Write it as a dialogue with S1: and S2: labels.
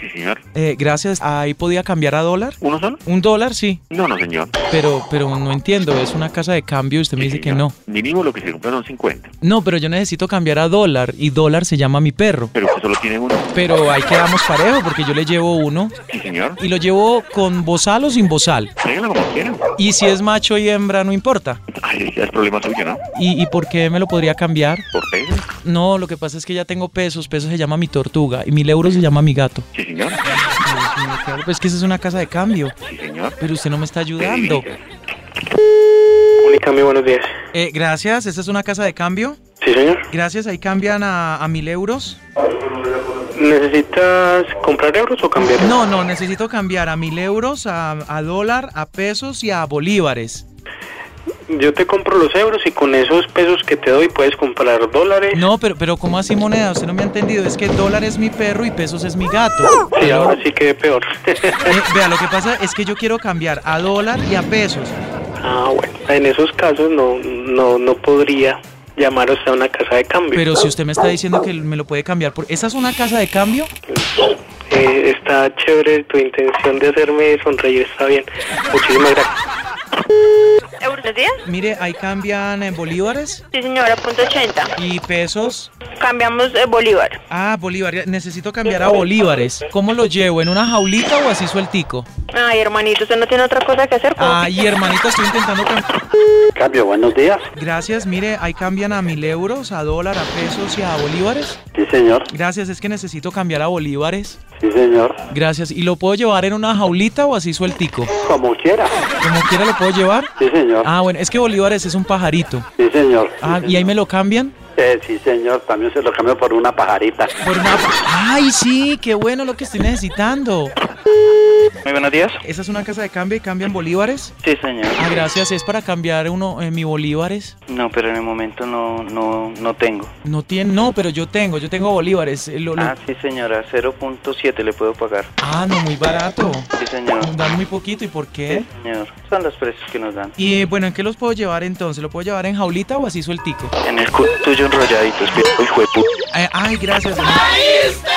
S1: Sí, señor.
S2: Eh, gracias. Ahí podía cambiar a dólar.
S1: ¿Uno solo?
S2: Un dólar, sí.
S1: No, no, señor.
S2: Pero, pero no entiendo. Es una casa de cambio y usted me
S1: Sí,
S2: dice que
S1: señor.
S2: no.
S1: Mínimo lo que se compra son 50.
S2: No, pero yo necesito cambiar a dólar y dólar se llama mi perro.
S1: Pero usted solo tiene uno.
S2: Pero ahí quedamos parejo porque yo le llevo uno
S1: Sí, señor.
S2: y lo llevo con bozal o sin bozal.
S1: Tráigalo como quiera.
S2: Y si es macho y hembra, no importa.
S1: Ay, ya es problema suyo, ¿no?
S2: ¿Y, ¿Y por qué me lo podría cambiar?
S1: Por pesos.
S2: No, lo que pasa es que ya tengo pesos. Pesos se llama mi tortuga y mil euros se llama mi gato.
S1: Sí, señor.
S2: Dios mío, claro, pues es que esa es una casa de cambio.
S1: Sí, señor.
S2: Pero usted no me está ayudando.
S3: Unicambio, buenos días.
S2: Eh, gracias, ¿esta es una casa de cambio?
S3: Sí, señor.
S2: Gracias, ahí cambian a, a mil euros.
S3: ¿Necesitas comprar euros o cambiar?
S2: No, no, necesito cambiar a mil euros, a, a dólar, a pesos y a bolívares.
S3: Yo te compro los euros y con esos pesos que te doy puedes comprar dólares.
S2: No, pero, pero ¿cómo así moneda? Usted no me ha entendido. Es que dólar es mi perro y pesos es mi gato.
S3: Sí,
S2: ¿Aló?
S3: ahora sí que peor.
S2: Eh, vea, lo que pasa es que yo quiero cambiar a dólar y a pesos.
S3: ah, bueno. En esos casos no, no, no podría llamar usted a una casa de cambio.
S2: Pero si usted me está diciendo que me lo puede cambiar por... ¿Esa es una casa de cambio?
S3: Eh, está chévere tu intención de hacerme sonreír, está bien. Muchísimas gracias.
S4: ¿Euros días?
S2: Mire, ahí cambian en bolívares
S4: Sí, señora, punto 80.
S2: y pesos.
S4: Cambiamos eh, Bolívar.
S2: Ah, bolívares. Necesito cambiar a bolívares. ¿Cómo lo llevo? ¿En una jaulita o así sueltico?
S4: Ay, hermanito, usted no tiene otra cosa que hacer. ¿cómo?
S2: Ay, hermanito, estoy intentando... cam-
S3: Cambio, buenos días.
S2: Gracias, mire, ahí cambian a mil euros, a dólar, a pesos y a bolívares.
S3: Sí, señor.
S2: Gracias, es que necesito cambiar a bolívares.
S3: Sí, señor.
S2: Gracias, ¿y lo puedo llevar en una jaulita o así sueltico?
S3: Como quiera.
S2: Como quiera lo puedo llevar.
S3: Sí, señor.
S2: Ah, bueno, es que bolívares es un pajarito.
S3: Sí, señor. Eh,
S2: Ah, y ahí me lo cambian.
S3: sí, señor. También se lo cambio por una pajarita.
S2: Por una- Ay, sí, qué bueno lo que estoy necesitando.
S5: Muy buenos días.
S2: Esa es una casa de cambio y cambian bolívares.
S5: Sí, señor.
S2: Ah, gracias, es para cambiar uno en mi bolívares.
S5: No, pero en el momento no, no, no tengo.
S2: No tiene, no, pero yo tengo, yo tengo bolívares. Eh, lo- lo-
S5: Ah, sí, señora. 0.7 le puedo pagar.
S2: Ah, no, muy barato.
S5: Sí, señor.
S2: Nos Dan muy poquito, ¿y por qué?
S5: Sí, señor. Son los precios que nos dan.
S2: Y eh, bueno, ¿en qué los puedo llevar entonces? ¿Lo puedo llevar en jaulita o así sueltico?
S5: En el culo tuyo enrolladito, espíritu, hijo de puta.
S2: Eh, ay, gracias. señor.